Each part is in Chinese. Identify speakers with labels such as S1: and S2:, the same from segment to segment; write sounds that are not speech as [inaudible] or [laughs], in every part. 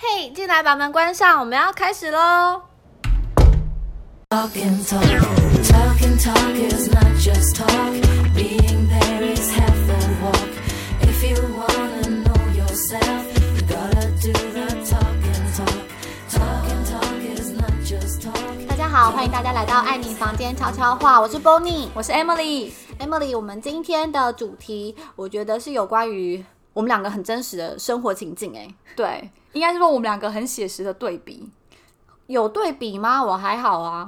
S1: 哎进来，把门关上，我们要开始喽。
S2: Talking, talk, talking, talk is not just talk. Being there is half the walk. If you wanna know yourself, you gotta do the talking, talk. Talking, talk is not just talk.
S1: 大家好，欢迎大家来到爱你房间悄悄话，我是 Bonnie，我是 Emily。Emily，我们今天的主题，我觉得是有关于我们两个很真实的生活情境、欸诶，
S3: 对，应该是说我们两个很写实的对比。
S1: 有对比吗？我还好啊。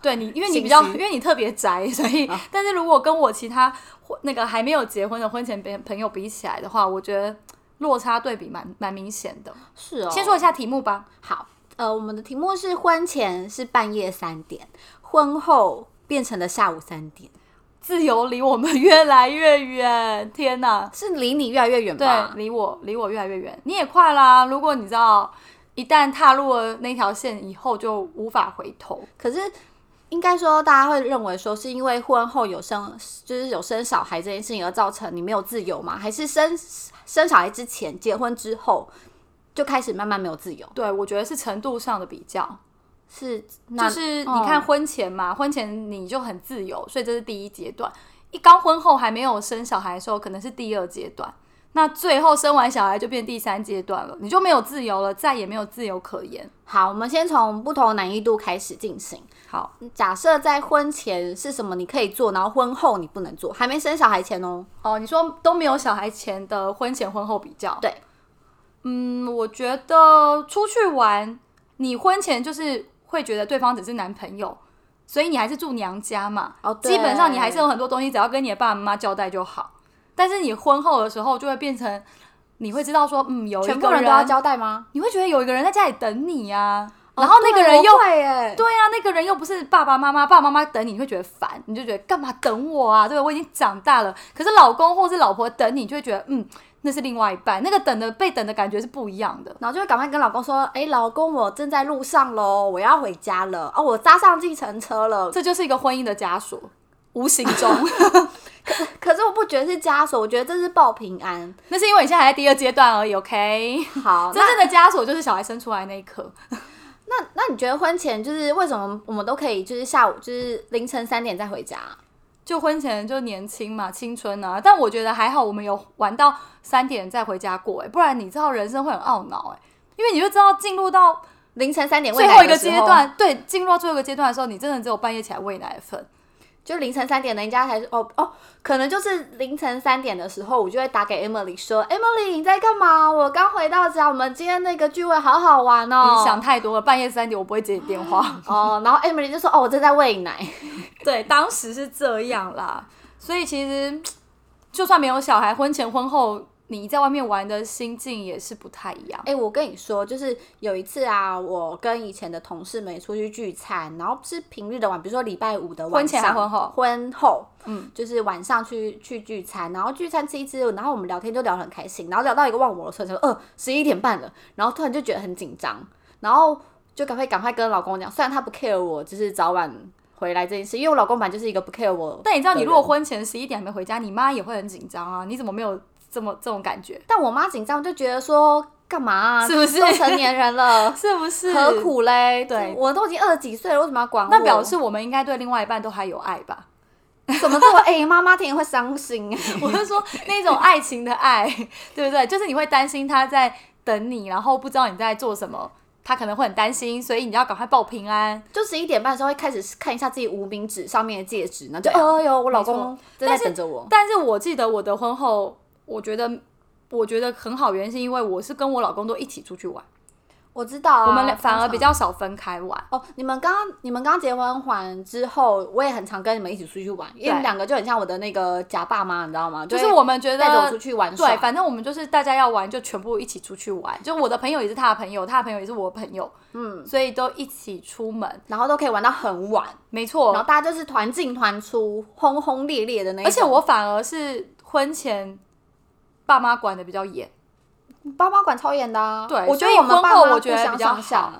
S3: 对你，因为你比
S1: 信啊
S3: 较，
S1: 息
S3: 因为你特别宅，所以，但是如果跟我其他婚那个还没有结婚的婚前朋朋友比起来的话，我觉得落差对比蛮蛮明显的。
S1: 是哦。
S3: 先说一下题目吧，
S1: 好，呃，我们的题目是婚前是半夜三点，婚后变成了下午三点，
S3: 自由离我们越来越远，天哪！
S1: 是离你越来越远吧
S3: 对，？离我离我越来越远，你也快啦。如果你知道，一旦踏入了那条线以后，就无法回头。
S1: 可是应该说，大家会认为说是因为婚后有生，就是有生小孩这件事情而造成你没有自由吗？还是生生小孩之前、结婚之后就开始慢慢没有自由？
S3: 对，我觉得是程度上的比较。
S1: 是，那
S3: 就是
S1: 哦
S3: 你看婚前嘛，婚前你就很自由，所以这是第一阶段。一刚婚后还没有生小孩的时候，可能是第二阶段。那最后生完小孩就变第三阶段了，你就没有自由了，再也没有自由可言。
S1: 好，我们先从不同难易度开始进行。
S3: 好，
S1: 假设在婚前是什么你可以做，然后婚后你不能做，还没生小孩前哦。
S3: 哦，你说都没有小孩前的婚前婚后比较，
S1: 对，
S3: 嗯，我觉得出去玩，你婚前就是会觉得对方只是男朋友，所以你还是住娘家嘛，
S1: 哦对
S3: 基本上你还是有很多东西，只要跟你的爸爸妈妈交代就好。但是你婚后的时候，就会变成你会知道说，嗯，有一个
S1: 全部人都哦要交代吗？
S3: 你会觉得有一个人在家里等你呀、然后那个人又、
S1: 啊会耶，
S3: 对呀、那个人又不是爸爸妈妈，爸爸妈妈等你，你会觉得烦，你就觉得干嘛等我啊？对吧，我已经长大了。可是老公或是老婆等你，你就会觉得嗯，那是另外一半，那个等的被等的感觉是不一样的。
S1: 然后就会赶快跟老公说：“哎、老公，我正在路上喽，我要回家了。哦，我搭上计程车了。
S3: 这就是一个婚姻的枷锁，无形中。 [laughs]
S1: 可是我不觉得是枷锁，我觉得这是报平安。
S3: 那是因为你现在还在第二阶段而已，OK？
S1: 好，
S3: 真正的枷锁就是小孩生出来那一刻。
S1: 那那那你觉得婚前就是为什么我们都可以就是下午就是凌晨三点再回家？
S3: 就婚前就年轻嘛，青春啊，但我觉得还好，我们有玩到三点再回家过、欸，不然你知道人生会很懊恼，哎，因为你就知道进入到
S1: 凌晨三点喂
S3: 最
S1: 奶
S3: 后一
S1: 欸的
S3: 个
S1: 时候
S3: 阶，段，对，进入到最后一个阶段的时候，你真的只有半夜起来喂奶的份。
S1: 就凌晨三点人家才哦哦，可能就是凌晨三点的时候，我就会打给 Emily 说：“Emily 你在干嘛？我刚回到家，我们今天那个聚会好好玩哦。”
S3: 你想太多了，半夜三点我不会接你电话。
S1: 哦，然后 Emily 就说：“哦，我正在喂奶。”
S3: 对，当时是这样啦，所以其实就算没有小孩，婚前婚后你在外面玩的心境也是不太一样。
S1: 哎、我跟你说，就是有一次啊，我跟以前的同事们也出去聚餐，然后是平日的晚，比如说礼拜五的晚
S3: 婚前
S1: 上，
S3: 还婚后
S1: 婚后，
S3: 嗯，
S1: 就是晚上去去聚餐，然后聚餐吃一吃，然后我们聊天就聊得很开心，然后聊到一个忘我的时候，想说呃十一点半了，然后突然就觉得很紧张，然后就赶快赶快跟老公讲，虽然他不 care 我，就是早晚回来这件事，因为我老公本来就是一个不 care 我，
S3: 但你知道，你如果婚前十一点还没回家，你妈也会很紧张啊。你怎么没有这么这种感觉？
S1: 但我妈紧张就觉得说干嘛、啊，
S3: 是不是。
S1: 都成年人了
S3: 是不是
S1: 何？苦嘞？
S3: 对
S1: 我都已经二十几岁了，为什么要管我？
S3: 那表
S1: [laughs]
S3: 示我们应该对另外一半都还有爱吧？
S1: 怎么这么？哎、妈妈听了会伤心哎、
S3: 我是说那种爱情的爱， [laughs] 对不对？就是你会担心他在等你，然后不知道你在做什么，他可能会很担心，所以你要赶快报平安。
S1: [laughs] 就十一点半的时候会开始看一下自己无名指上面的戒指，然后就、
S3: 对啊
S1: 哎呦，我老
S3: 没
S1: 公正在等着我。
S3: 但是我记得我的婚后，我觉得我觉得很好，原因是因为我是跟我老公都一起出去玩，
S1: 我知道、啊，
S3: 我们俩反而
S1: 通常
S3: 比较少分开玩。
S1: 哦，你们刚你们刚结婚完之后，我也很常跟你们一起出去玩，因为
S3: 对
S1: 你们两个就很像我的那个假爸妈，你知道吗？
S3: 就是
S1: 会
S3: 我们觉得
S1: 带着我出去玩耍
S3: 对，反正我们就是大家要玩就全部一起出去玩，就我的朋友也是他的朋友，他的朋友也是我的朋友，嗯，所以都一起出门，
S1: 然后都可以玩到很晚，
S3: 没
S1: 然后
S3: 错。
S1: 大家就是团进团出，轰轰烈烈的那一
S3: 哦
S1: 种。
S3: 而且我反而是婚前爸妈管的比较严，
S1: 爸妈管超严的、啊，
S3: 对
S1: 我觉
S3: 所
S1: 得
S3: 以
S1: 我们
S3: 婚
S1: 爸
S3: 后
S1: 妈
S3: 我
S1: 不
S3: 觉得
S1: 相
S3: 比较
S1: 上下
S3: 好。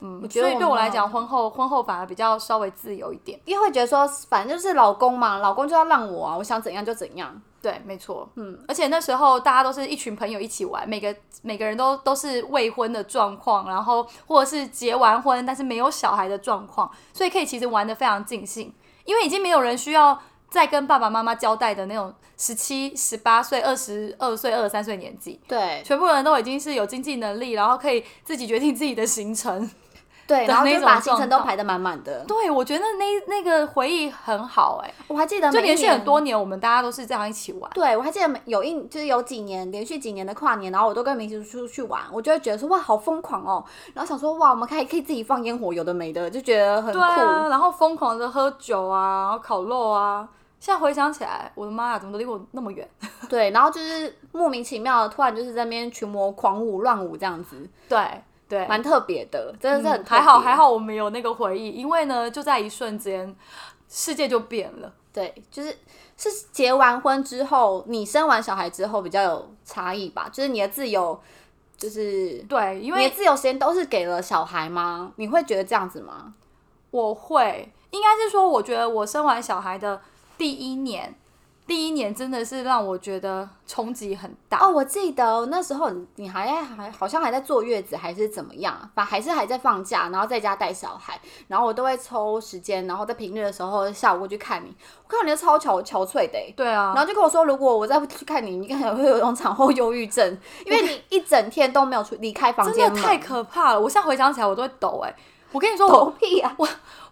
S3: 嗯，
S1: 我觉得
S3: 所以
S1: 我
S3: 对我来
S1: 们
S3: 讲，婚后婚后反而比较稍微自由一点。
S1: 因为会觉得说，反正就是老公嘛，老公就要让我啊，我想怎样就怎样。
S3: 对，没错，嗯，而且那时候大家都是一群朋友一起玩，每个每个人都都是未婚的状况，然后或者是结完婚但是没有小孩的状况，所以可以其实玩的非常尽兴，因为已经没有人需要再跟爸爸妈妈交代的那种十七、十八岁、二十二岁、二十三岁年纪，
S1: 对
S3: 全部人都已经是有经济能力，然后可以自己决定自己的行程。
S1: 对，
S3: 的
S1: 然后就
S3: 那种
S1: 把行程都
S3: 状况
S1: 排得满满的。
S3: 对，我觉得那那个回忆很好、欸，
S1: 我还记得
S3: 就
S1: 每一
S3: 连续很
S1: 年
S3: 多年，我们大家都是这样一起玩。
S1: 对，我还记得每有一就是有几年连续几年的跨年，然后我都跟明星出去玩，我就会觉得说哇好疯狂哦，然后想说哇我们可以可以自己放烟火，有的没的，就觉得很酷。
S3: 对啊，然后疯狂的喝酒啊，然后烤肉啊。现在回想起来，我的妈呀，怎么都离我那么远？
S1: 对然后就是莫名其妙的突然就是在那边群魔狂舞乱舞这样子，
S3: [laughs] 对对，
S1: 蛮特别的，真的是很、
S3: 嗯还好还。好，我们有那个回忆，因为呢，就在一瞬间，世界就变了。
S1: 对，就是是结完婚之后，你生完小孩之后比较有差异吧，就是你的自由，就是
S3: 对，因
S1: 你
S3: 为
S1: 的自由时间都是给了小孩吗？你会觉得这样子吗？
S3: 我会，应该是说，我觉得我生完小孩的第一年，第一年真的是让我觉得冲击很大。
S1: 哦，我记得那时候你你还在还好像还在坐月子还是怎么样，反还是还在放假，然后在家带小孩，然后我都会抽时间，然后在平日的时候下午过去看你，我看到你都超憔憔悴的、欸。
S3: 对啊
S1: 然，后就跟我说，如果我再不去看你，你可能会有一种产后忧郁症，因为你一整天都没有出离开房
S3: 真
S1: 间
S3: 的
S1: 门，
S3: 太可怕了。我现在回想起来，我都会抖哎、我跟你说，我
S1: 狗屁啊！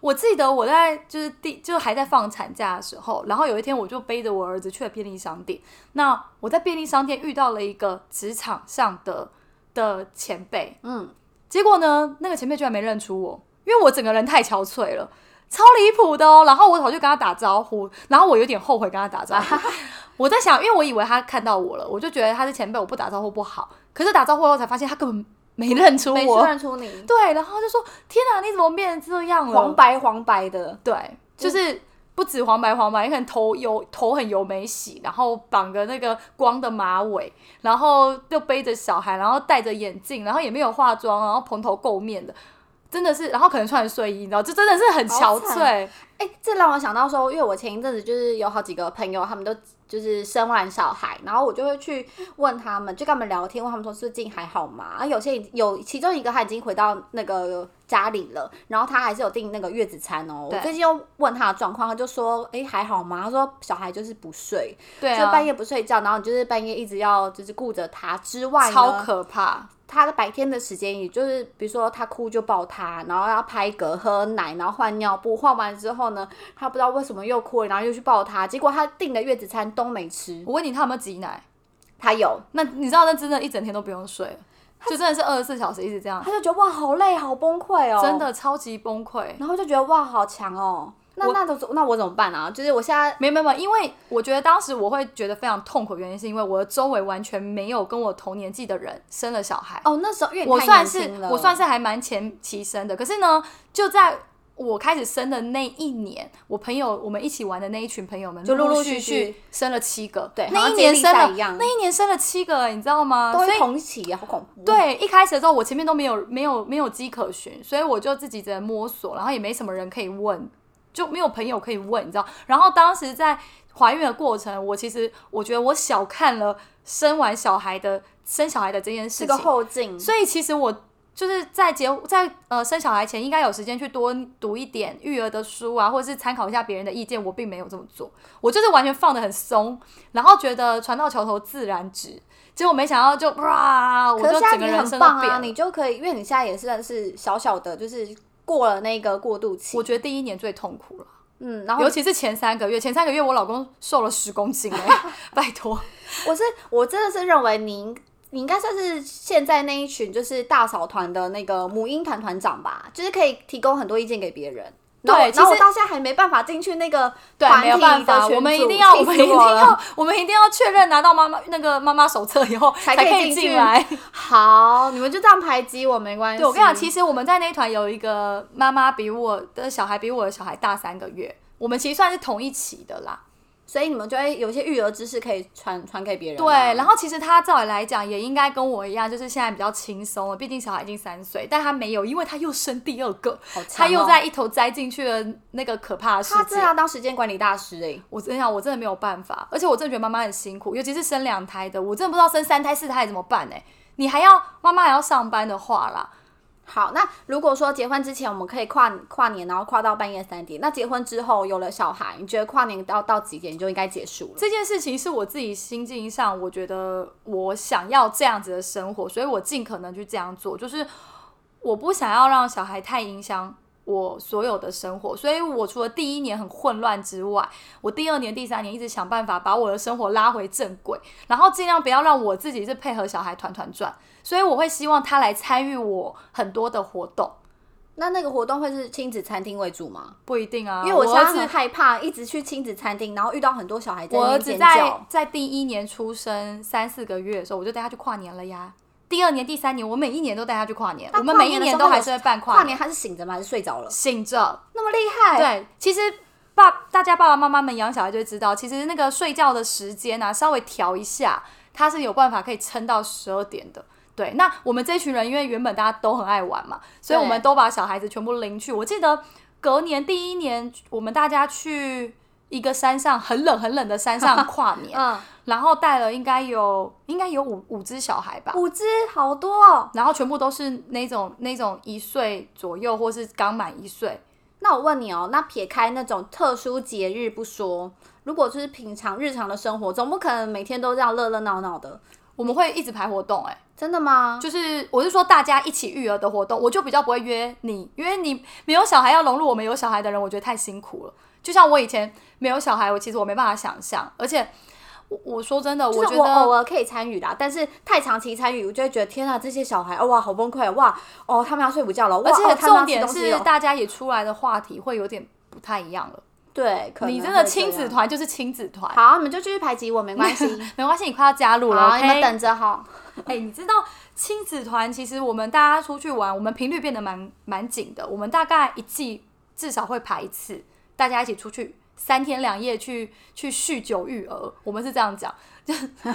S3: 我记得我在就是第就是还在放产假的时候，然后有一天我就背着我儿子去了便利商店。那我在便利商店遇到了一个职场上的的前辈，
S1: 嗯，
S3: 结果呢，那个前辈居然没认出我，因为我整个人太憔悴了。超离谱的哦！然后我跑去跟他打招呼，然后我有点后悔跟他打招
S1: [laughs]
S3: 呼。我在想，因为我以为他看到我了，我就觉得他是前辈，我不打招呼不好。可是打招呼后才发现他根本没认出
S1: 没
S3: 我。
S1: 认出你，
S3: 对，然后就说：“天哪，你怎么变成这样了？”
S1: 黄白黄白的，
S3: 对，就是
S1: 嗯
S3: 不止黄白黄白，你可能头油头很油没洗，然后绑个那个光的马尾，然后就背着小孩，然后戴着眼镜，然后也没有化妆，然后蓬头垢面的。真的是，然后可能穿着睡衣，你知道，就真的是很憔
S1: 好
S3: 悴
S1: 惨。哎、这让我想到说，因为我前一阵子就是有好几个朋友，他们都就是生完小孩，然后我就会去问他们，就跟他们聊天，问他们说最近还好吗？啊，有些已有其中一个他已经回到那个家里了，然后他还是有订那个月子餐哦。我
S3: 对
S1: 最近又问他的状况，他就说，哎、还好吗？他说小孩就是不睡，
S3: 对
S1: 就
S3: 啊，
S1: 半夜不睡觉，然后你就是半夜一直要就是顾着他之外呢，
S3: 超可怕。
S1: 他的白天的时间，也就是比如说他哭就抱他，然后要拍嗝、喝奶，然后换尿布，换完之后呢，他不知道为什么又哭了，然后又去抱他，结果他订的月子餐都没吃，
S3: 我问你，他有没有挤奶？
S1: 他有，
S3: 那你知道，那真的一整天都不用睡了，就真的是二十四小时一直这样
S1: 他，就觉得哇好累、好崩溃哦，
S3: 真，的超级崩溃。
S1: 然后就觉得哇好强哦，那
S3: 我
S1: 那都那我怎么办啊？就是我现在
S3: 没有没有没有，因为我觉得当时我会觉得非常痛苦，原因是因为我的周围完全没有跟我同年纪的人生了小孩。
S1: 哦那时候因为你
S3: 我
S1: 太
S3: 算
S1: 年
S3: 是
S1: 轻了
S3: 我算是还蛮前期生的，可是呢，就在我开始生的那一年，我朋友我们一起玩的那一群朋友们
S1: 就陆
S3: 陆
S1: 陆
S3: 续
S1: 续
S3: 续
S1: 续
S3: 生了七个，
S1: 对好
S3: 那一
S1: 像
S3: 年
S1: 接力
S3: 生
S1: 赛
S3: 了
S1: 一样
S3: 那一年生了七个，你知道吗？
S1: 都
S3: 所以
S1: 会同起，好恐怖，，
S3: 对，一开始的时候我前面都没有没有没有迹可循，所以我就自己在摸索，然后也没什么人可以问，就没有朋友可以问，你知道。然后当时在怀孕的过程，我其实我觉得我小看了生完小孩的生小孩的这件事情，
S1: 是个后劲，
S3: 所以其实我就是在结在呃生小孩前，应该有时间去多读一点育儿的书啊，或者是参考一下别人的意见。我并没有这么做，我就是完全放得很松，然后觉得船到桥头自然直。结果没想到就哇，我
S1: 可
S3: 就是
S1: 现在
S3: 整个
S1: 你
S3: 人
S1: 很
S3: 生都
S1: 棒
S3: 变
S1: 啊，
S3: 了。
S1: 你就可以，因为你现在也算是小小的，就是过了那个过渡期，
S3: 我觉得第一年最痛苦了，
S1: 嗯，然后
S3: 尤其是前三个月。前三个月我老公瘦了十公斤、
S1: [laughs]
S3: 欸，拜托。
S1: 我是我真的是认为您。你应该算是现在那一群就是大嫂团的那个母婴团团长吧，就是可以提供很多意见给别人。然后
S3: 对其实
S1: 然后我到现在还没办法进去那个
S3: 对，
S1: 团
S3: 没
S1: 体
S3: 有办
S1: 的
S3: 法，
S1: 群组
S3: 我们一定要，
S1: 气
S3: 我
S1: 死
S3: 们一定
S1: 我了 [laughs]
S3: 要，我们一定要确认拿到妈妈那个妈妈手册以后
S1: 才可
S3: 可
S1: 以
S3: 以
S1: 进
S3: 进
S1: 去
S3: 来。
S1: 好，你们就这样排挤我没关系。
S3: 对，我跟你讲，其
S1: 实
S3: 实我们在那一团有一个妈妈比我的小孩比我的小孩大三个月，我们其实算是同一期的啦。
S1: 所以你们就会有一些育儿知识可以传传给别人啊。
S3: 对，然后其实他照理来讲也应该跟我一样，就是现在比较轻松了，毕竟小孩已经三岁，但他没有，因为他又生第二个，
S1: 好
S3: 他
S1: 强哦
S3: 又在一头栽进去了那个可怕的世
S1: 他
S3: 界
S1: 真的。要当时间管理大师哎、
S3: 我真的想，我真的没有办法，而且我真的觉得妈妈很辛苦，尤其是生两胎的，我真的不知道生三胎四胎怎么办哎、你还要妈妈还要上班的话啦，
S1: 好，那如果说结婚之前我们可以跨跨年，然后跨到半夜三点，那结婚之后有了小孩，你觉得跨年到到几点你就应该结束了？
S3: 这件事情是我自己心境上，我觉得我想要这样子的生活，所以我尽可能去这样做，就是我不想要让小孩太影响我所有的生活，所以我除了第一年很混乱之外，我第二年、第三年一直想办法把我的生活拉回正轨，然后尽量不要让我自己是配合小孩团团转，所以我会希望他来参与我很多的活动，
S1: 那那个活动会是亲子餐厅为主吗？
S3: 不一定啊，
S1: 因为我现在
S3: 儿
S1: 很
S3: 子。
S1: 害怕一直去亲子餐厅，然后遇到很多小孩在
S3: 我
S1: 那
S3: 儿
S1: 边
S3: 子
S1: 尖
S3: 在
S1: 叫。
S3: 在第一年出生三四个月的时候，我就带他去跨年了呀。第二年、第三年，我每一年都带他去跨年，
S1: 那
S3: 我们
S1: 跨
S3: 每
S1: 年
S3: 一
S1: 的
S3: 年
S1: 时候
S3: 都还
S1: 有
S3: 是会办
S1: 跨
S3: 跨
S1: 年，他哎是醒着吗？还是睡着了？
S3: 醒着。
S1: 那么厉害？，
S3: 对，其实爸大家爸爸妈妈们养小孩就会知道，其实那个睡觉的时间啊，稍微调一下，他是有办法可以撑到十二点的。对，那我们这群人因为原本大家都很爱玩嘛，所以我们
S1: 对
S3: 都把小孩子全部领去。我记得隔年第一年，我们大家去一个山上很冷很冷的山
S1: [laughs]
S3: 上跨年，
S1: 嗯，
S3: 然后带了应该有应该有五五只小孩吧，
S1: 五只好多、哦。
S3: 然后全部都是那种那种一岁左右或是刚满一岁，
S1: 那我问你哦，那撇开那种特殊节日不说，如果就是平常日常的生活，总不可能每天都这样热热闹闹的，
S3: 我们会一直排活动、欸，哎，
S1: 真的吗？
S3: 就是我是说大家一起育儿的活动，我就比较不会约你，因为你没有小孩要融入我们有小孩的人，我觉得太辛苦了。就像我以前没有小孩，我其实我没办法想象，而且我我说真的，
S1: 就
S3: 我觉
S1: 是我偶
S3: 得
S1: 尔可以参与啦，但是太长期参与，我就会觉得天啊，这些小孩哦哇，好崩溃哦哇哦，他们要睡午觉了，哇
S3: 而且
S1: 哦他们要
S3: 重
S1: 吃
S3: 点
S1: 东西
S3: 是
S1: 了
S3: 大家也出来的话题会有点不太一样了。
S1: 对，可能
S3: 你真
S1: 会
S3: 的
S1: 这
S3: 亲子
S1: 样，
S3: 团就是亲子团，
S1: 好，你们就继续排挤我，没关系，
S3: 没关系，你快要加入了
S1: [laughs] 好，
S3: ，OK？
S1: 你们等着哈。
S3: 哎、你知道亲子团其实我们大家出去玩，我们频率变得蛮蛮紧的，我们大概一季至少会排一次，大家一起出去。三天两夜去 [laughs] 去酗酒育儿，我们是这样讲， [laughs] 就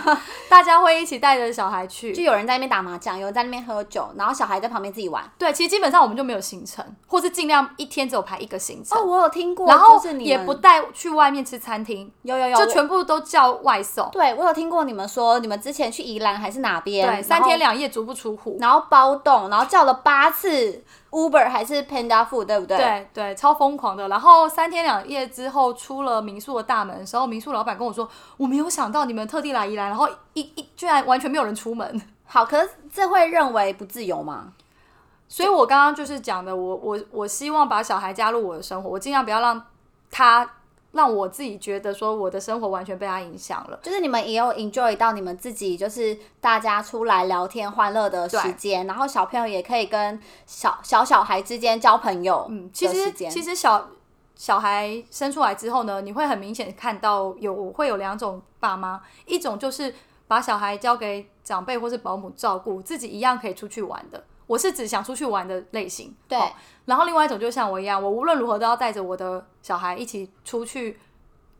S3: 大家会一起带着小孩
S1: 就
S3: 去。
S1: 有人在那边打麻将，有人在那边喝酒，然后小孩在旁边自己玩。
S3: 对，其实基本上我们就没有行程，或是尽量一天只有排一个行程，
S1: 哦，我有听过，
S3: 然后
S1: 就是你
S3: 也
S1: 们
S3: 不带去外面吃餐厅，
S1: 有有有，
S3: 就
S1: 我
S3: 全部都叫外送。
S1: 对我有听过你们说，你们之前去宜兰还是哪边？
S3: 对，三天
S1: 两，
S3: 两夜足不出户。
S1: 然后包栋，然后叫了八次 Uber 还是 Panda Food，对不对？，
S3: 对对，超疯狂的。然后三天两夜之后出了民宿的大门的时候，民宿老板跟我说，我没有想到你们特地来宜兰，然后一一居然完全没有人出门。
S1: 好，可是这会认为不自由吗？
S3: 所以我刚刚就是讲的，我我我希望把小孩加入我的生活，我尽量不要让他让我自己觉得说我的生活完全被他影响了。
S1: 就是你们也有 enjoy 到你们自己，就是大家出来聊天欢乐的时间，然后小朋友也可以跟小小小孩之间交朋友。
S3: 嗯，其实其实小小孩生出来之后呢，你会很明显看到有会有两种爸妈，一种就是把小孩交给长辈或是保姆照顾，自己一样可以出去玩的。我是指想出去玩的类型，
S1: 对
S3: 哦然后另外一种就像我一样，我无论如何都要带着我的小孩一起出去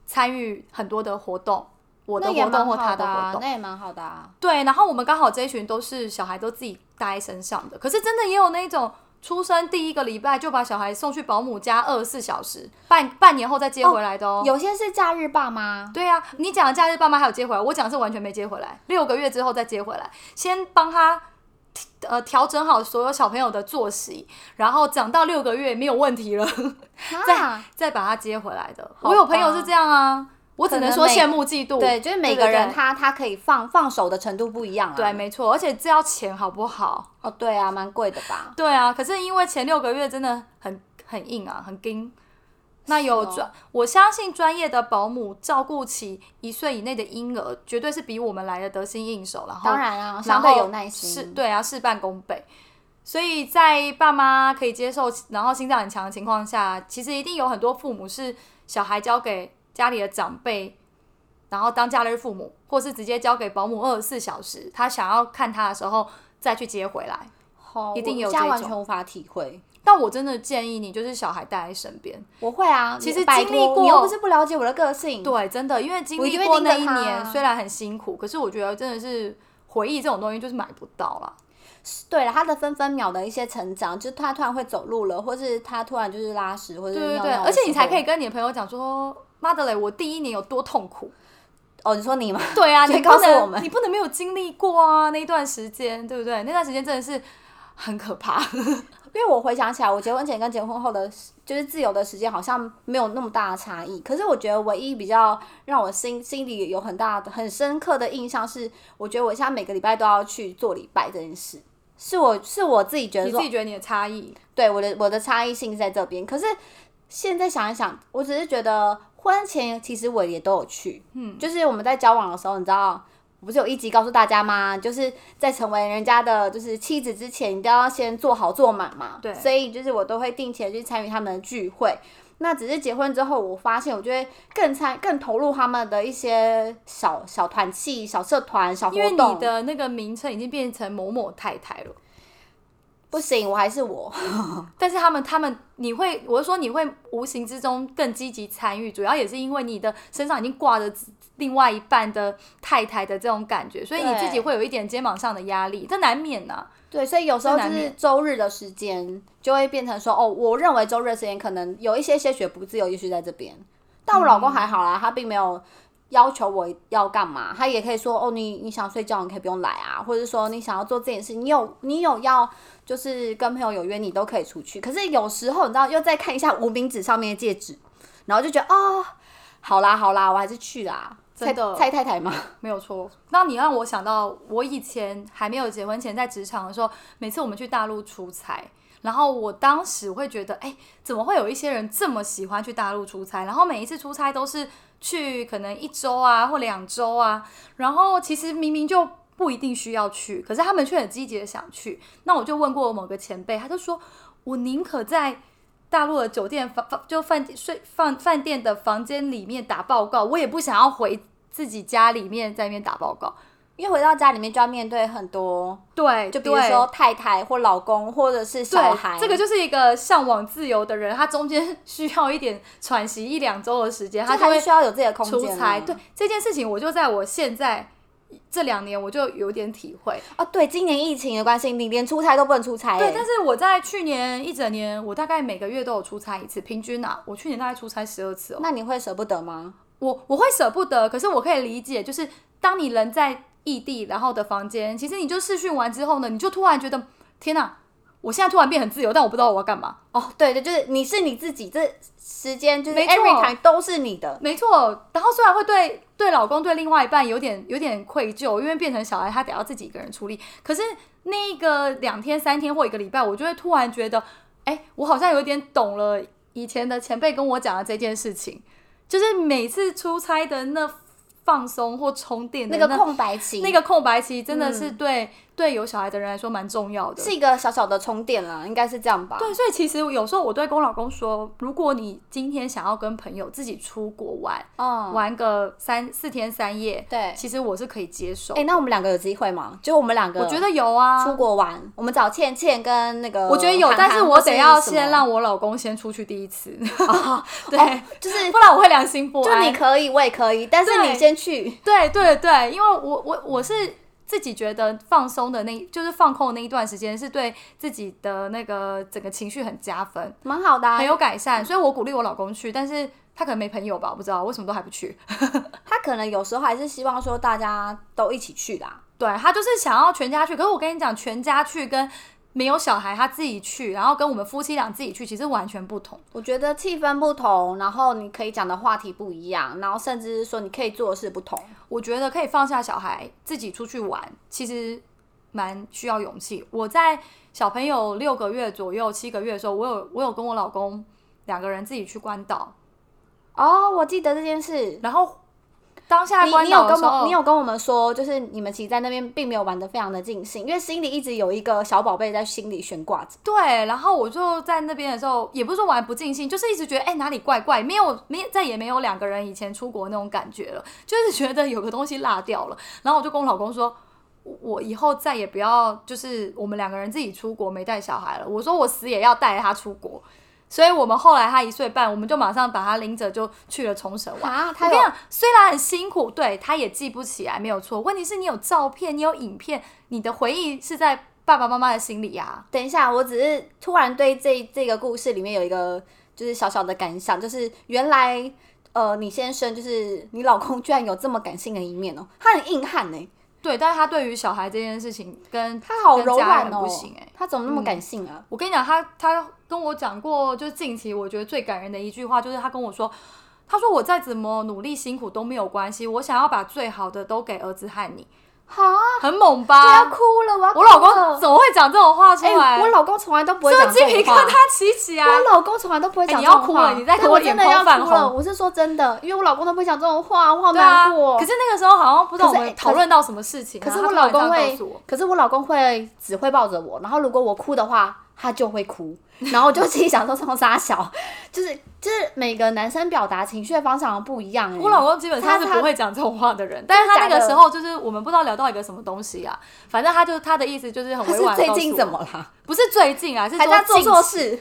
S3: 参与很多的活动，我的
S1: 那也
S3: 活
S1: 蛮
S3: 动
S1: 好
S3: 或他
S1: 的
S3: 的
S1: 啊
S3: 活动。
S1: 那也蛮好的啊。
S3: 对，然后我们刚好这一群都是小孩都自己带在身上的，可是真的也有那一种出生第一个礼拜就把小孩送去保姆家二十四小时，半半年后再接回来的哦。
S1: 有些是假日爸妈，
S3: 对啊，你讲的假日爸妈还有接回来，我讲的是完全没接回来，六个月之后再接回来，先帮他。呃，调整好所有小朋友的作息，然后长到六个月没有问题了， [laughs] 再
S1: 啊，
S3: 再把他接回来的。
S1: 好吧
S3: 我有朋友是这样啊，我只能说
S1: 可能每
S3: 羡慕嫉妒。
S1: 对，就是每个人
S3: 对对
S1: 他他可以放放手的程度不一样啊。
S3: 对，没错，而且这要钱好不好？
S1: 哦，对啊，蛮贵的吧？
S3: 对啊，可是因为前六个月真的很很硬啊，很硬。那有
S1: 是哦
S3: 专，我相信专业的保姆照顾起一岁以内的婴儿，绝对是比我们来的得心应手，然后
S1: 当然啊，
S3: 然
S1: 相
S3: 后
S1: 对有耐
S3: 事
S1: 心。
S3: 对啊，事半功倍。所以在爸妈可以接受，然后心脏很强的情况下，其实一定有很多父母是小孩交给家里的长辈，然后当假日父母，或是直接交给保姆二十四小时，他想要看他的时候再去接回来。
S1: 好，
S3: 一定
S1: 我
S3: 有
S1: 现在
S3: 这
S1: 完
S3: 种
S1: 全无法体会。
S3: 但我真的建议你，就是小孩带在身边。
S1: 我会啊，
S3: 其
S1: 你
S3: 实
S1: 拜
S3: 经历
S1: 托
S3: 过
S1: 你又不是不了解我的个性，，
S3: 对，真的，因为经
S1: 我一
S3: 历
S1: 定会
S3: 过那
S1: 盯
S3: 一
S1: 着他啊
S3: 年，虽然很辛苦，可是我觉得真的是回忆这种东西就是买不到啦。
S1: 对了，他的分分秒的一些成长，就是他突然会走路了，或是他突然就是拉屎，或者
S3: 对
S1: 是
S3: 对
S1: 尿
S3: 对，
S1: 尿的
S3: 而且你
S1: 时
S3: 才
S1: 候
S3: 可以跟你的朋友讲说，妈的嘞，我第一年有多痛
S1: [laughs]
S3: 苦。
S1: 哦，你说你吗？ [laughs]
S3: 对啊，
S1: 就
S3: 你不
S1: 告诉
S3: 能
S1: 我们
S3: 你不能没有经历过啊那一段时间，对不对？那段时间真的是很可怕。
S1: 因为我回想起来，我结婚前跟结婚后的，就是自由的时间好像没有那么大的差异。可是我觉得唯一比较让我心心里有很大的、很深刻的印象是，我觉得我现在每个礼拜都要去做礼拜这件事，是我是我自己觉得
S3: 你
S1: 说
S3: 自己觉得你的差异，
S1: 对我的我的差异性是在这边。可是现在想一想，我只是觉得婚前其实我也都有去，嗯，就是我们在交往的时候，你知道。我不是有一集告诉大家吗？就是在成为人家的就是妻子之前，你都要先做好做满嘛。
S3: 对
S1: 所以就是我都会定期的去参与他们的聚会。那只是结婚之后，我发现我就会更参更投入他们的一些小小团契、小社团、小活
S3: 因为
S1: 动。
S3: 你的那个名称已经变成某某太太了。
S1: 不行，我还是我。
S3: 但是他们，他们，你会，我是说你会无形之中更积极参与，主要也是因为你的身上已经挂着另外一半的太太的这种感觉，所以你
S1: 对
S3: 自己会有一点肩膀上的压力，这难免呐、啊
S1: 对，所以有时候
S3: 这
S1: 就
S3: 难
S1: 是
S3: 免
S1: 周日的时间就会变成说，哦，我认为周日的时间可能有一些些许不自由意识在这边，但我老公还好啦，他并没有要求我要干嘛，他也可以说，哦，你你想睡觉，你可以不用来啊，或者说你想要做这件事，你有你有要就是跟朋友有约，你都可以出
S3: 嗯
S1: 去。可是有时候你知道，又再看一下无名指上面的戒指，然后就觉得，哦，好啦好啦，我还是去啦。
S3: 真的
S1: 蔡蔡太太吗？
S3: 没有错。那你让我想到，我以前还没有结婚前，在职场的时候，每次我们去大陆出差，然后我当时会觉得，哎、怎么会有一些人这么喜欢去大陆出差？然后每一次出差都是去可能一周啊或两周啊，然后其实明明就。不一定需要去，可是他们却很积极的想去。那我就问过我某个前辈，他就说：“我宁可在大陆的酒店房房就饭店睡饭饭店的房间里面打报告，我也不想要回自己家里面在那边打报告。
S1: 因为回到家里面就要面对很多
S3: 对，
S1: 就比如说太太或老公或者是
S3: 对。
S1: 小孩，
S3: 对，这个就是一个向往自由的人，他中间需要一点喘息一两周的时间，
S1: 就
S3: 他
S1: 还
S3: 会
S1: 是需要有自己的空
S3: 出
S1: 间
S3: 差。
S1: 啊、
S3: 对这件事情，我就在我现在这两年，我就有点体会。
S1: 啊，对，今年疫情的关系，你连出差都不能出差耶、
S3: 对，但是我在去年一整年，我大概每个月都有出差一次，平均啊，我去年大概出差十二次哦。
S1: 那你会舍不得吗？
S3: 我我会舍不得，可是我可以理解，就是当你人在异地，然后的房间，其实你就试训完之后呢，你就突然觉得，天哪、我现在突然变很自由，但我不知道我要干嘛。
S1: 哦，对对，就是你是你自己，这时间就是
S3: 没错
S1: every time 都是你的。
S3: 没错，然后虽然会对对老公对另外一半有点有点愧疚，因为变成小孩他得要自己一个人处理，可是那一个两天三天或一个礼拜，我就会突然觉得，哎，我好像有点懂了以前的前辈跟我讲的这件事情，就是每次出差的那放松或充电的
S1: 那
S3: 那
S1: 个空白期，
S3: 那个空白期真的是对、对有小孩的人来说蛮重要的。
S1: 嗯是啊一个小小的充电啦，应该是这样吧？
S3: 对，所以其实有时候我都会跟我老公说，如果你今天想要跟朋友自己出国玩，
S1: 嗯，
S3: 玩个三四天三夜，
S1: 对
S3: 其实我是可以接受。
S1: 哎、那我们两个有机会吗？就我们两个，
S3: 我觉得有啊，
S1: 出国玩，我们找倩倩跟那个
S3: 我觉得有，
S1: 涵涵
S3: 但是我得要先
S1: 或
S3: 让我老公先出去第一次， [laughs] 对，
S1: 是什么，
S3: 不然我会良心不
S1: 哦就是就
S3: 安。
S1: 你可 [laughs] 以，我也可以，但是
S3: 对
S1: 你先去。
S3: 对对对，因为我我我是自己觉得放松的那，就是放空的那一段时间，是对自己的那个整个情绪很加分，
S1: 蛮好的、啊
S3: 很。有改善，所以我鼓励我老公去，但是他可能没朋友吧，我不知道为什么都还不去。
S1: 他可能有时候还是希望说大家都一起去啦。
S3: 对他就是想要全家去，可是我跟你讲，全家去跟没有小孩他自己去，然后跟我们夫妻俩自己去，其实完全不同。
S1: 我觉得气氛不同，然后你可以讲的话题不一样，然后甚至是说你可以做的事不同。
S3: 我觉得可以放下小孩自己出去玩，其实蛮需要勇气。我在小朋友六个月左右、七个月的时候，我有我有跟我老公两个人自己去关岛，
S1: 哦，我记得这件事。
S3: 然后当下
S1: 你
S3: 关
S1: 你
S3: 岛
S1: 有
S3: 的
S1: 跟
S3: 时
S1: 我
S3: 候，
S1: 你有跟我们说，就是你们其实在那边并没有玩的非常的尽兴，因为心里一直有一个小宝贝在心里悬挂着。
S3: 对，然后我就在那边的时候，也不是说玩不尽兴，就是一直觉得哎、哪里怪怪，没有没再也没有两个人以前出国那种感觉了，就是觉得有个东西落掉了。然后我就跟我老公说，我以后再也不要就是我们两个人自己出国没带小孩了。我说我死也要带他出国，所以我们后来他一岁半，我们就马上把他拎着就去了冲绳玩。
S1: 啊，
S3: 我
S1: 他
S3: 跟
S1: 有
S3: 你讲，虽然很辛苦，对他也记不起来，没有错。问题是你有照片，你有影片，你的回忆是在爸爸妈妈的心里呀、
S1: 等一下，我只是突然对这这个故事里面有一个就是小小的感想，就是原来呃，你先生就是你老公居然有这么感性的一面哦，他很硬汉呢、
S3: 对，但是他对于小孩这件事情跟
S1: 他好
S3: 跟
S1: 柔
S3: 家
S1: 软
S3: 人
S1: 哦，
S3: 不行哎、
S1: 他怎么那么感性啊？
S3: 我跟你讲，他他跟我讲过，就是近期我觉得最感人的一句话，就是他跟我说，他说我再怎么努力辛苦都没有关系，我想要把最好的都给儿子和你，
S1: 好、
S3: 很猛
S1: 我要
S3: 吧？
S1: 哭了，我要哭
S3: 啊我老公
S1: 了
S3: 怎么会讲这种话出
S1: 啊哎、
S3: 来？
S1: 我老公从来都不会
S3: 是
S1: 讲
S3: 不是鸡
S1: 这
S3: 皮
S1: 种
S3: 疙
S1: 话。
S3: 瘩起起啊！
S1: 我老公从来都不会
S3: 哎
S1: 讲
S3: 你
S1: 这种
S3: 要
S1: 话，
S3: 哭了你在
S1: 可
S3: 跟
S1: 我
S3: 我脸
S1: 真的
S3: 庞
S1: 要
S3: 泛
S1: 哭了。
S3: 红
S1: 我是说真的，因为我老公都不会讲这种话，我好
S3: 对啊
S1: 难过。，
S3: 可是那个时候好像不知道我
S1: 可是哎
S3: 们讨论到什么事情啊、
S1: 可是
S3: 他
S1: 我
S3: 突
S1: 老
S3: 然这
S1: 公
S3: 样告
S1: 会
S3: 诉我，，
S1: 可是我老公会只会抱着我，然后如果我哭的话，他就会哭，然后我就心里想说冲傻小， [laughs] 就是就是每个男生表达情绪的方向不一样、欸。
S3: 我老公基本上
S1: 他
S3: 是
S1: 他
S3: 不会讲这种话的人，但是他
S1: 假
S3: 那个
S1: 的
S3: 时候就是我们不知道聊到一个什么东西啊，反正他就他的意思就是很
S1: 他
S3: 委婉。
S1: 是最近怎么？啦？
S3: 不是最近啊，是
S1: 还在
S3: 说
S1: 做
S3: 近
S1: 错
S3: 期
S1: 事？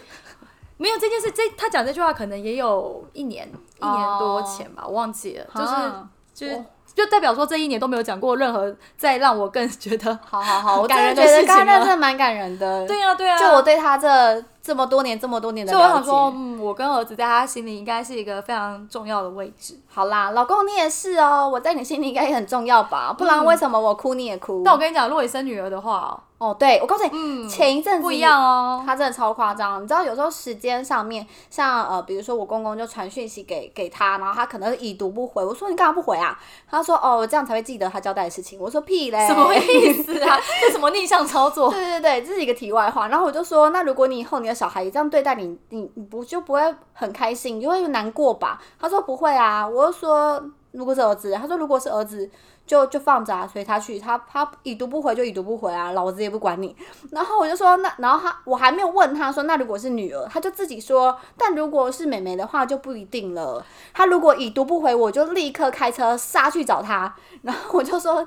S3: 没有这件事，这他讲这句话可能也有一年一年
S1: 哦
S3: 多前吧，我忘记了，就是、
S1: 啊
S3: 就是
S1: 我。
S3: 就代表说这一年都没有讲过任何再让我更 [laughs] 觉得
S1: 好好好，我真
S3: 感人
S1: 的
S3: 的
S1: 觉得
S3: 事情
S1: 刚刚那
S3: 了
S1: 真的蛮感人的。
S3: 对、呀、啊对呀、
S1: 就我对他这这么多年这么多年的
S3: 所以我
S1: 了
S3: 想
S1: 解，
S3: 说，嗯，我跟儿子在他心里应该是一个非常重要的位置。
S1: 好啦，老公你也是哦，我在你心里应该也很重要吧？不然
S3: 嗯
S1: 为什么我哭你也哭？
S3: 但我跟你讲，如果你生女儿的话、哦，
S1: 哦，对，我告诉你，
S3: 嗯，
S1: 前一阵子
S3: 不一样哦。
S1: 他真的超夸张，你知道有时候时间上面，像呃，比如说我公公就传讯息给给他，然后他可能已读不回，我说你干嘛不回啊？他说哦，我这样才会记得他交代的事情。我说屁嘞，
S3: 什么意思 [laughs] 啊？这什么逆向操作？
S1: 对对对，这是一个题外话。然后我就说，那如果你以后你的小孩也这样对待你，你你不就不会啊很开心，你就会难过吧？他说不会啊。我就说，如果是儿子，他说如果是儿子，就就放着啊，随他去，他他已读不回就已读不回啊，老子也不管你。然后我就说，那然后他我还没有问他说，那如果是女儿，他就自己说，但如果是妹妹的话就不一定了。他如果已读不回，我就立刻开车杀去找他。然后我就说，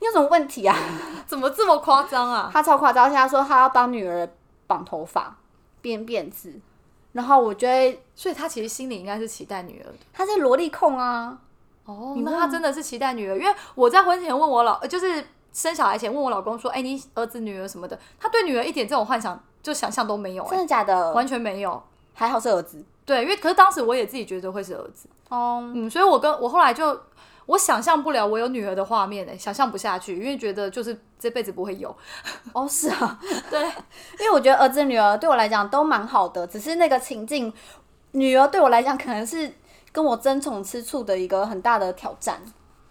S1: 你有什么问题啊？
S3: 怎么这么夸张啊？
S1: 他超夸张，而且他说他要帮女儿绑头发、编辫子，然后我觉得
S3: 所以他其实心里应该是期待女儿的。
S1: 他是萝莉控啊，
S3: 哦
S1: 你
S3: 那
S1: 问
S3: 他
S1: 吗
S3: 真的是期待女儿，因为我在婚前问我老，呃就是生小孩前问我老公说，哎、你儿子女儿什么的，他对女儿一点这种幻想就想象都没有、
S1: 真
S3: 哎，
S1: 的假的？
S3: 完全没有。
S1: 还好是儿子
S3: 对，因为可是当时我也自己觉得会是儿子，
S1: 哦，
S3: 嗯，所以我跟我后来就我想象不了我有女儿的画面、哎，想象不下去，因为觉得就是这辈子不会有。
S1: 哦是啊，
S3: 对，
S1: 因为我觉得儿子女儿对我来讲都蛮好的，只是那个情境，女儿对我来讲可能是跟我争宠吃醋的一个很大的挑战。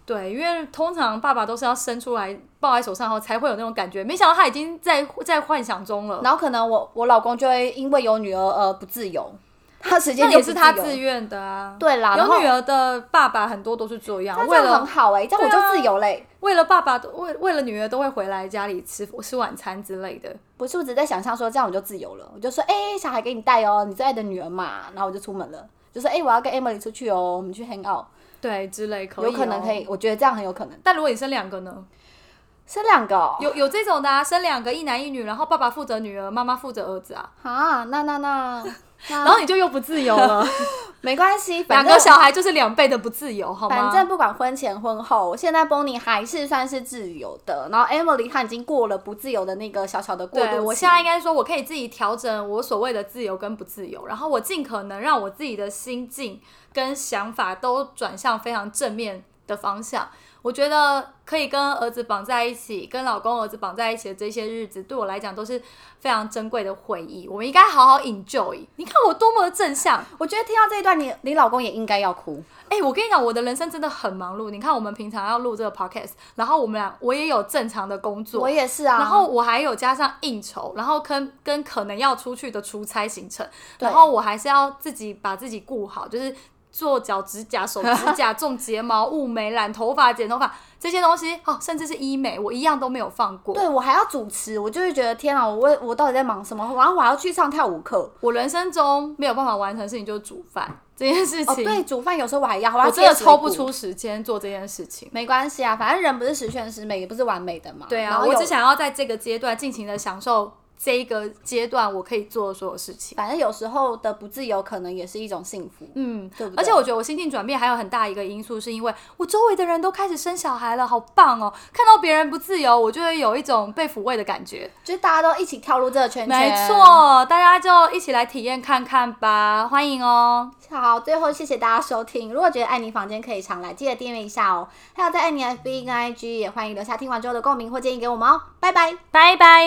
S3: 对，因为通常爸爸都是要伸出来抱在手上后才会有那种感觉，没想到他已经在在幻想中了。
S1: 然后可能我我老公就会因为有女儿而不自由，他时间
S3: 那
S1: 就
S3: 也
S1: 不
S3: 是他
S1: 自由
S3: 自愿的啊。
S1: 对啦，然后
S3: 有女儿的爸爸很多都是这样，
S1: 那这
S3: 为
S1: 样很
S3: 了
S1: 好哎、这样我
S3: 对
S1: 就
S3: 啊
S1: 自由嘞、
S3: 为了爸爸都为为了女儿都会回来家里吃吃晚餐之类的。
S1: 不是，我只是在想象说这样我就自由了，我就说，哎、小孩给你带哦，你最爱的女儿嘛，然后我就出门了，就说，哎、我要跟 Emily 出去哦，我们去 hang out，
S3: 对，之类可以、哦
S1: 有可能可以，。哦我觉得这样很有可能，
S3: 但如果你生两个呢？
S1: 生两个 [laughs] 哦，
S3: 有有这种的啊，生两个一男一女，然后爸爸负责女儿，妈妈负责儿子啊，
S1: 啊，那那那
S3: 然后你就又不自由了。
S1: 没关系，
S3: 两
S1: 啊 [laughs] 反正
S3: 个小孩就是两倍的不自由，好吗？
S1: 反正不管婚前婚后，现在 Bonnie 还是算是自由的，然后 Emily 她已经过了不自由的那个小小的过渡期
S3: 对，我现在应该说，我可以自己调整我所谓的自由跟不自由，然后我尽可能让我自己的心境跟想法都转向非常正面的方向。我觉得可以跟儿子绑在一起，跟老公、儿子绑在一起的这些日子，对我来讲都是非常珍贵的回忆。我们应该好好 enjoy。你看我多么的正向！
S1: 我觉得听到这一段，你你老公也应该要哭，
S3: 哎、我跟你讲，我的人生真的很忙碌。你看，我们平常要录这个 podcast，然后我们俩我也有正常的工作，
S1: 我也是啊，
S3: 然后我还有加上应酬，然后跟跟可能要出去的出差行程，
S1: 对
S3: 然后我还是要自己把自己顾好，就是做脚指甲、手指甲、
S1: [laughs]
S3: 种睫毛、雾眉、染头发、剪头发这些东西，哦，甚至是医美，我一样都没有放过。
S1: 对我还要主持，我就会觉得天啊，我为我到底在忙什么？然后我还要去上跳舞课。
S3: 我人生中没有办法完成的事情就是煮饭这件事
S1: 哦，
S3: 情，
S1: 对，煮饭有时候我还要，我还
S3: 我
S1: 要
S3: 真的
S1: 切水
S3: 抽不
S1: 果
S3: 出时间做这件事情。
S1: 没关系啊，反正人不是十全十美，也不是完美的嘛。
S3: 对
S1: 然
S3: 啊，
S1: 后
S3: 我
S1: 有
S3: 只，想要在这个阶段尽情的享受这一个阶段我可以做的所有事情。
S1: 反正有时候的不自由可能也是一种幸福，
S3: 嗯，
S1: 对不对？
S3: 而且我觉得我心境转变还有很大一个因素，是因为我周围的人都开始生小孩了，好棒哦！看到别人不自由，我就会有一种被抚慰的感觉。
S1: 就是大家都一起跳入这个圈圈，
S3: 没。错，大家就一起来体验看看吧，欢迎哦！
S1: 好，最后谢谢大家收听。如果觉得爱你房间可以常来，记得订阅一下哦。还有在爱你 FB 跟 IG 也欢迎留下听完之后的共鸣或建议给我们哦。拜拜。
S3: 拜拜。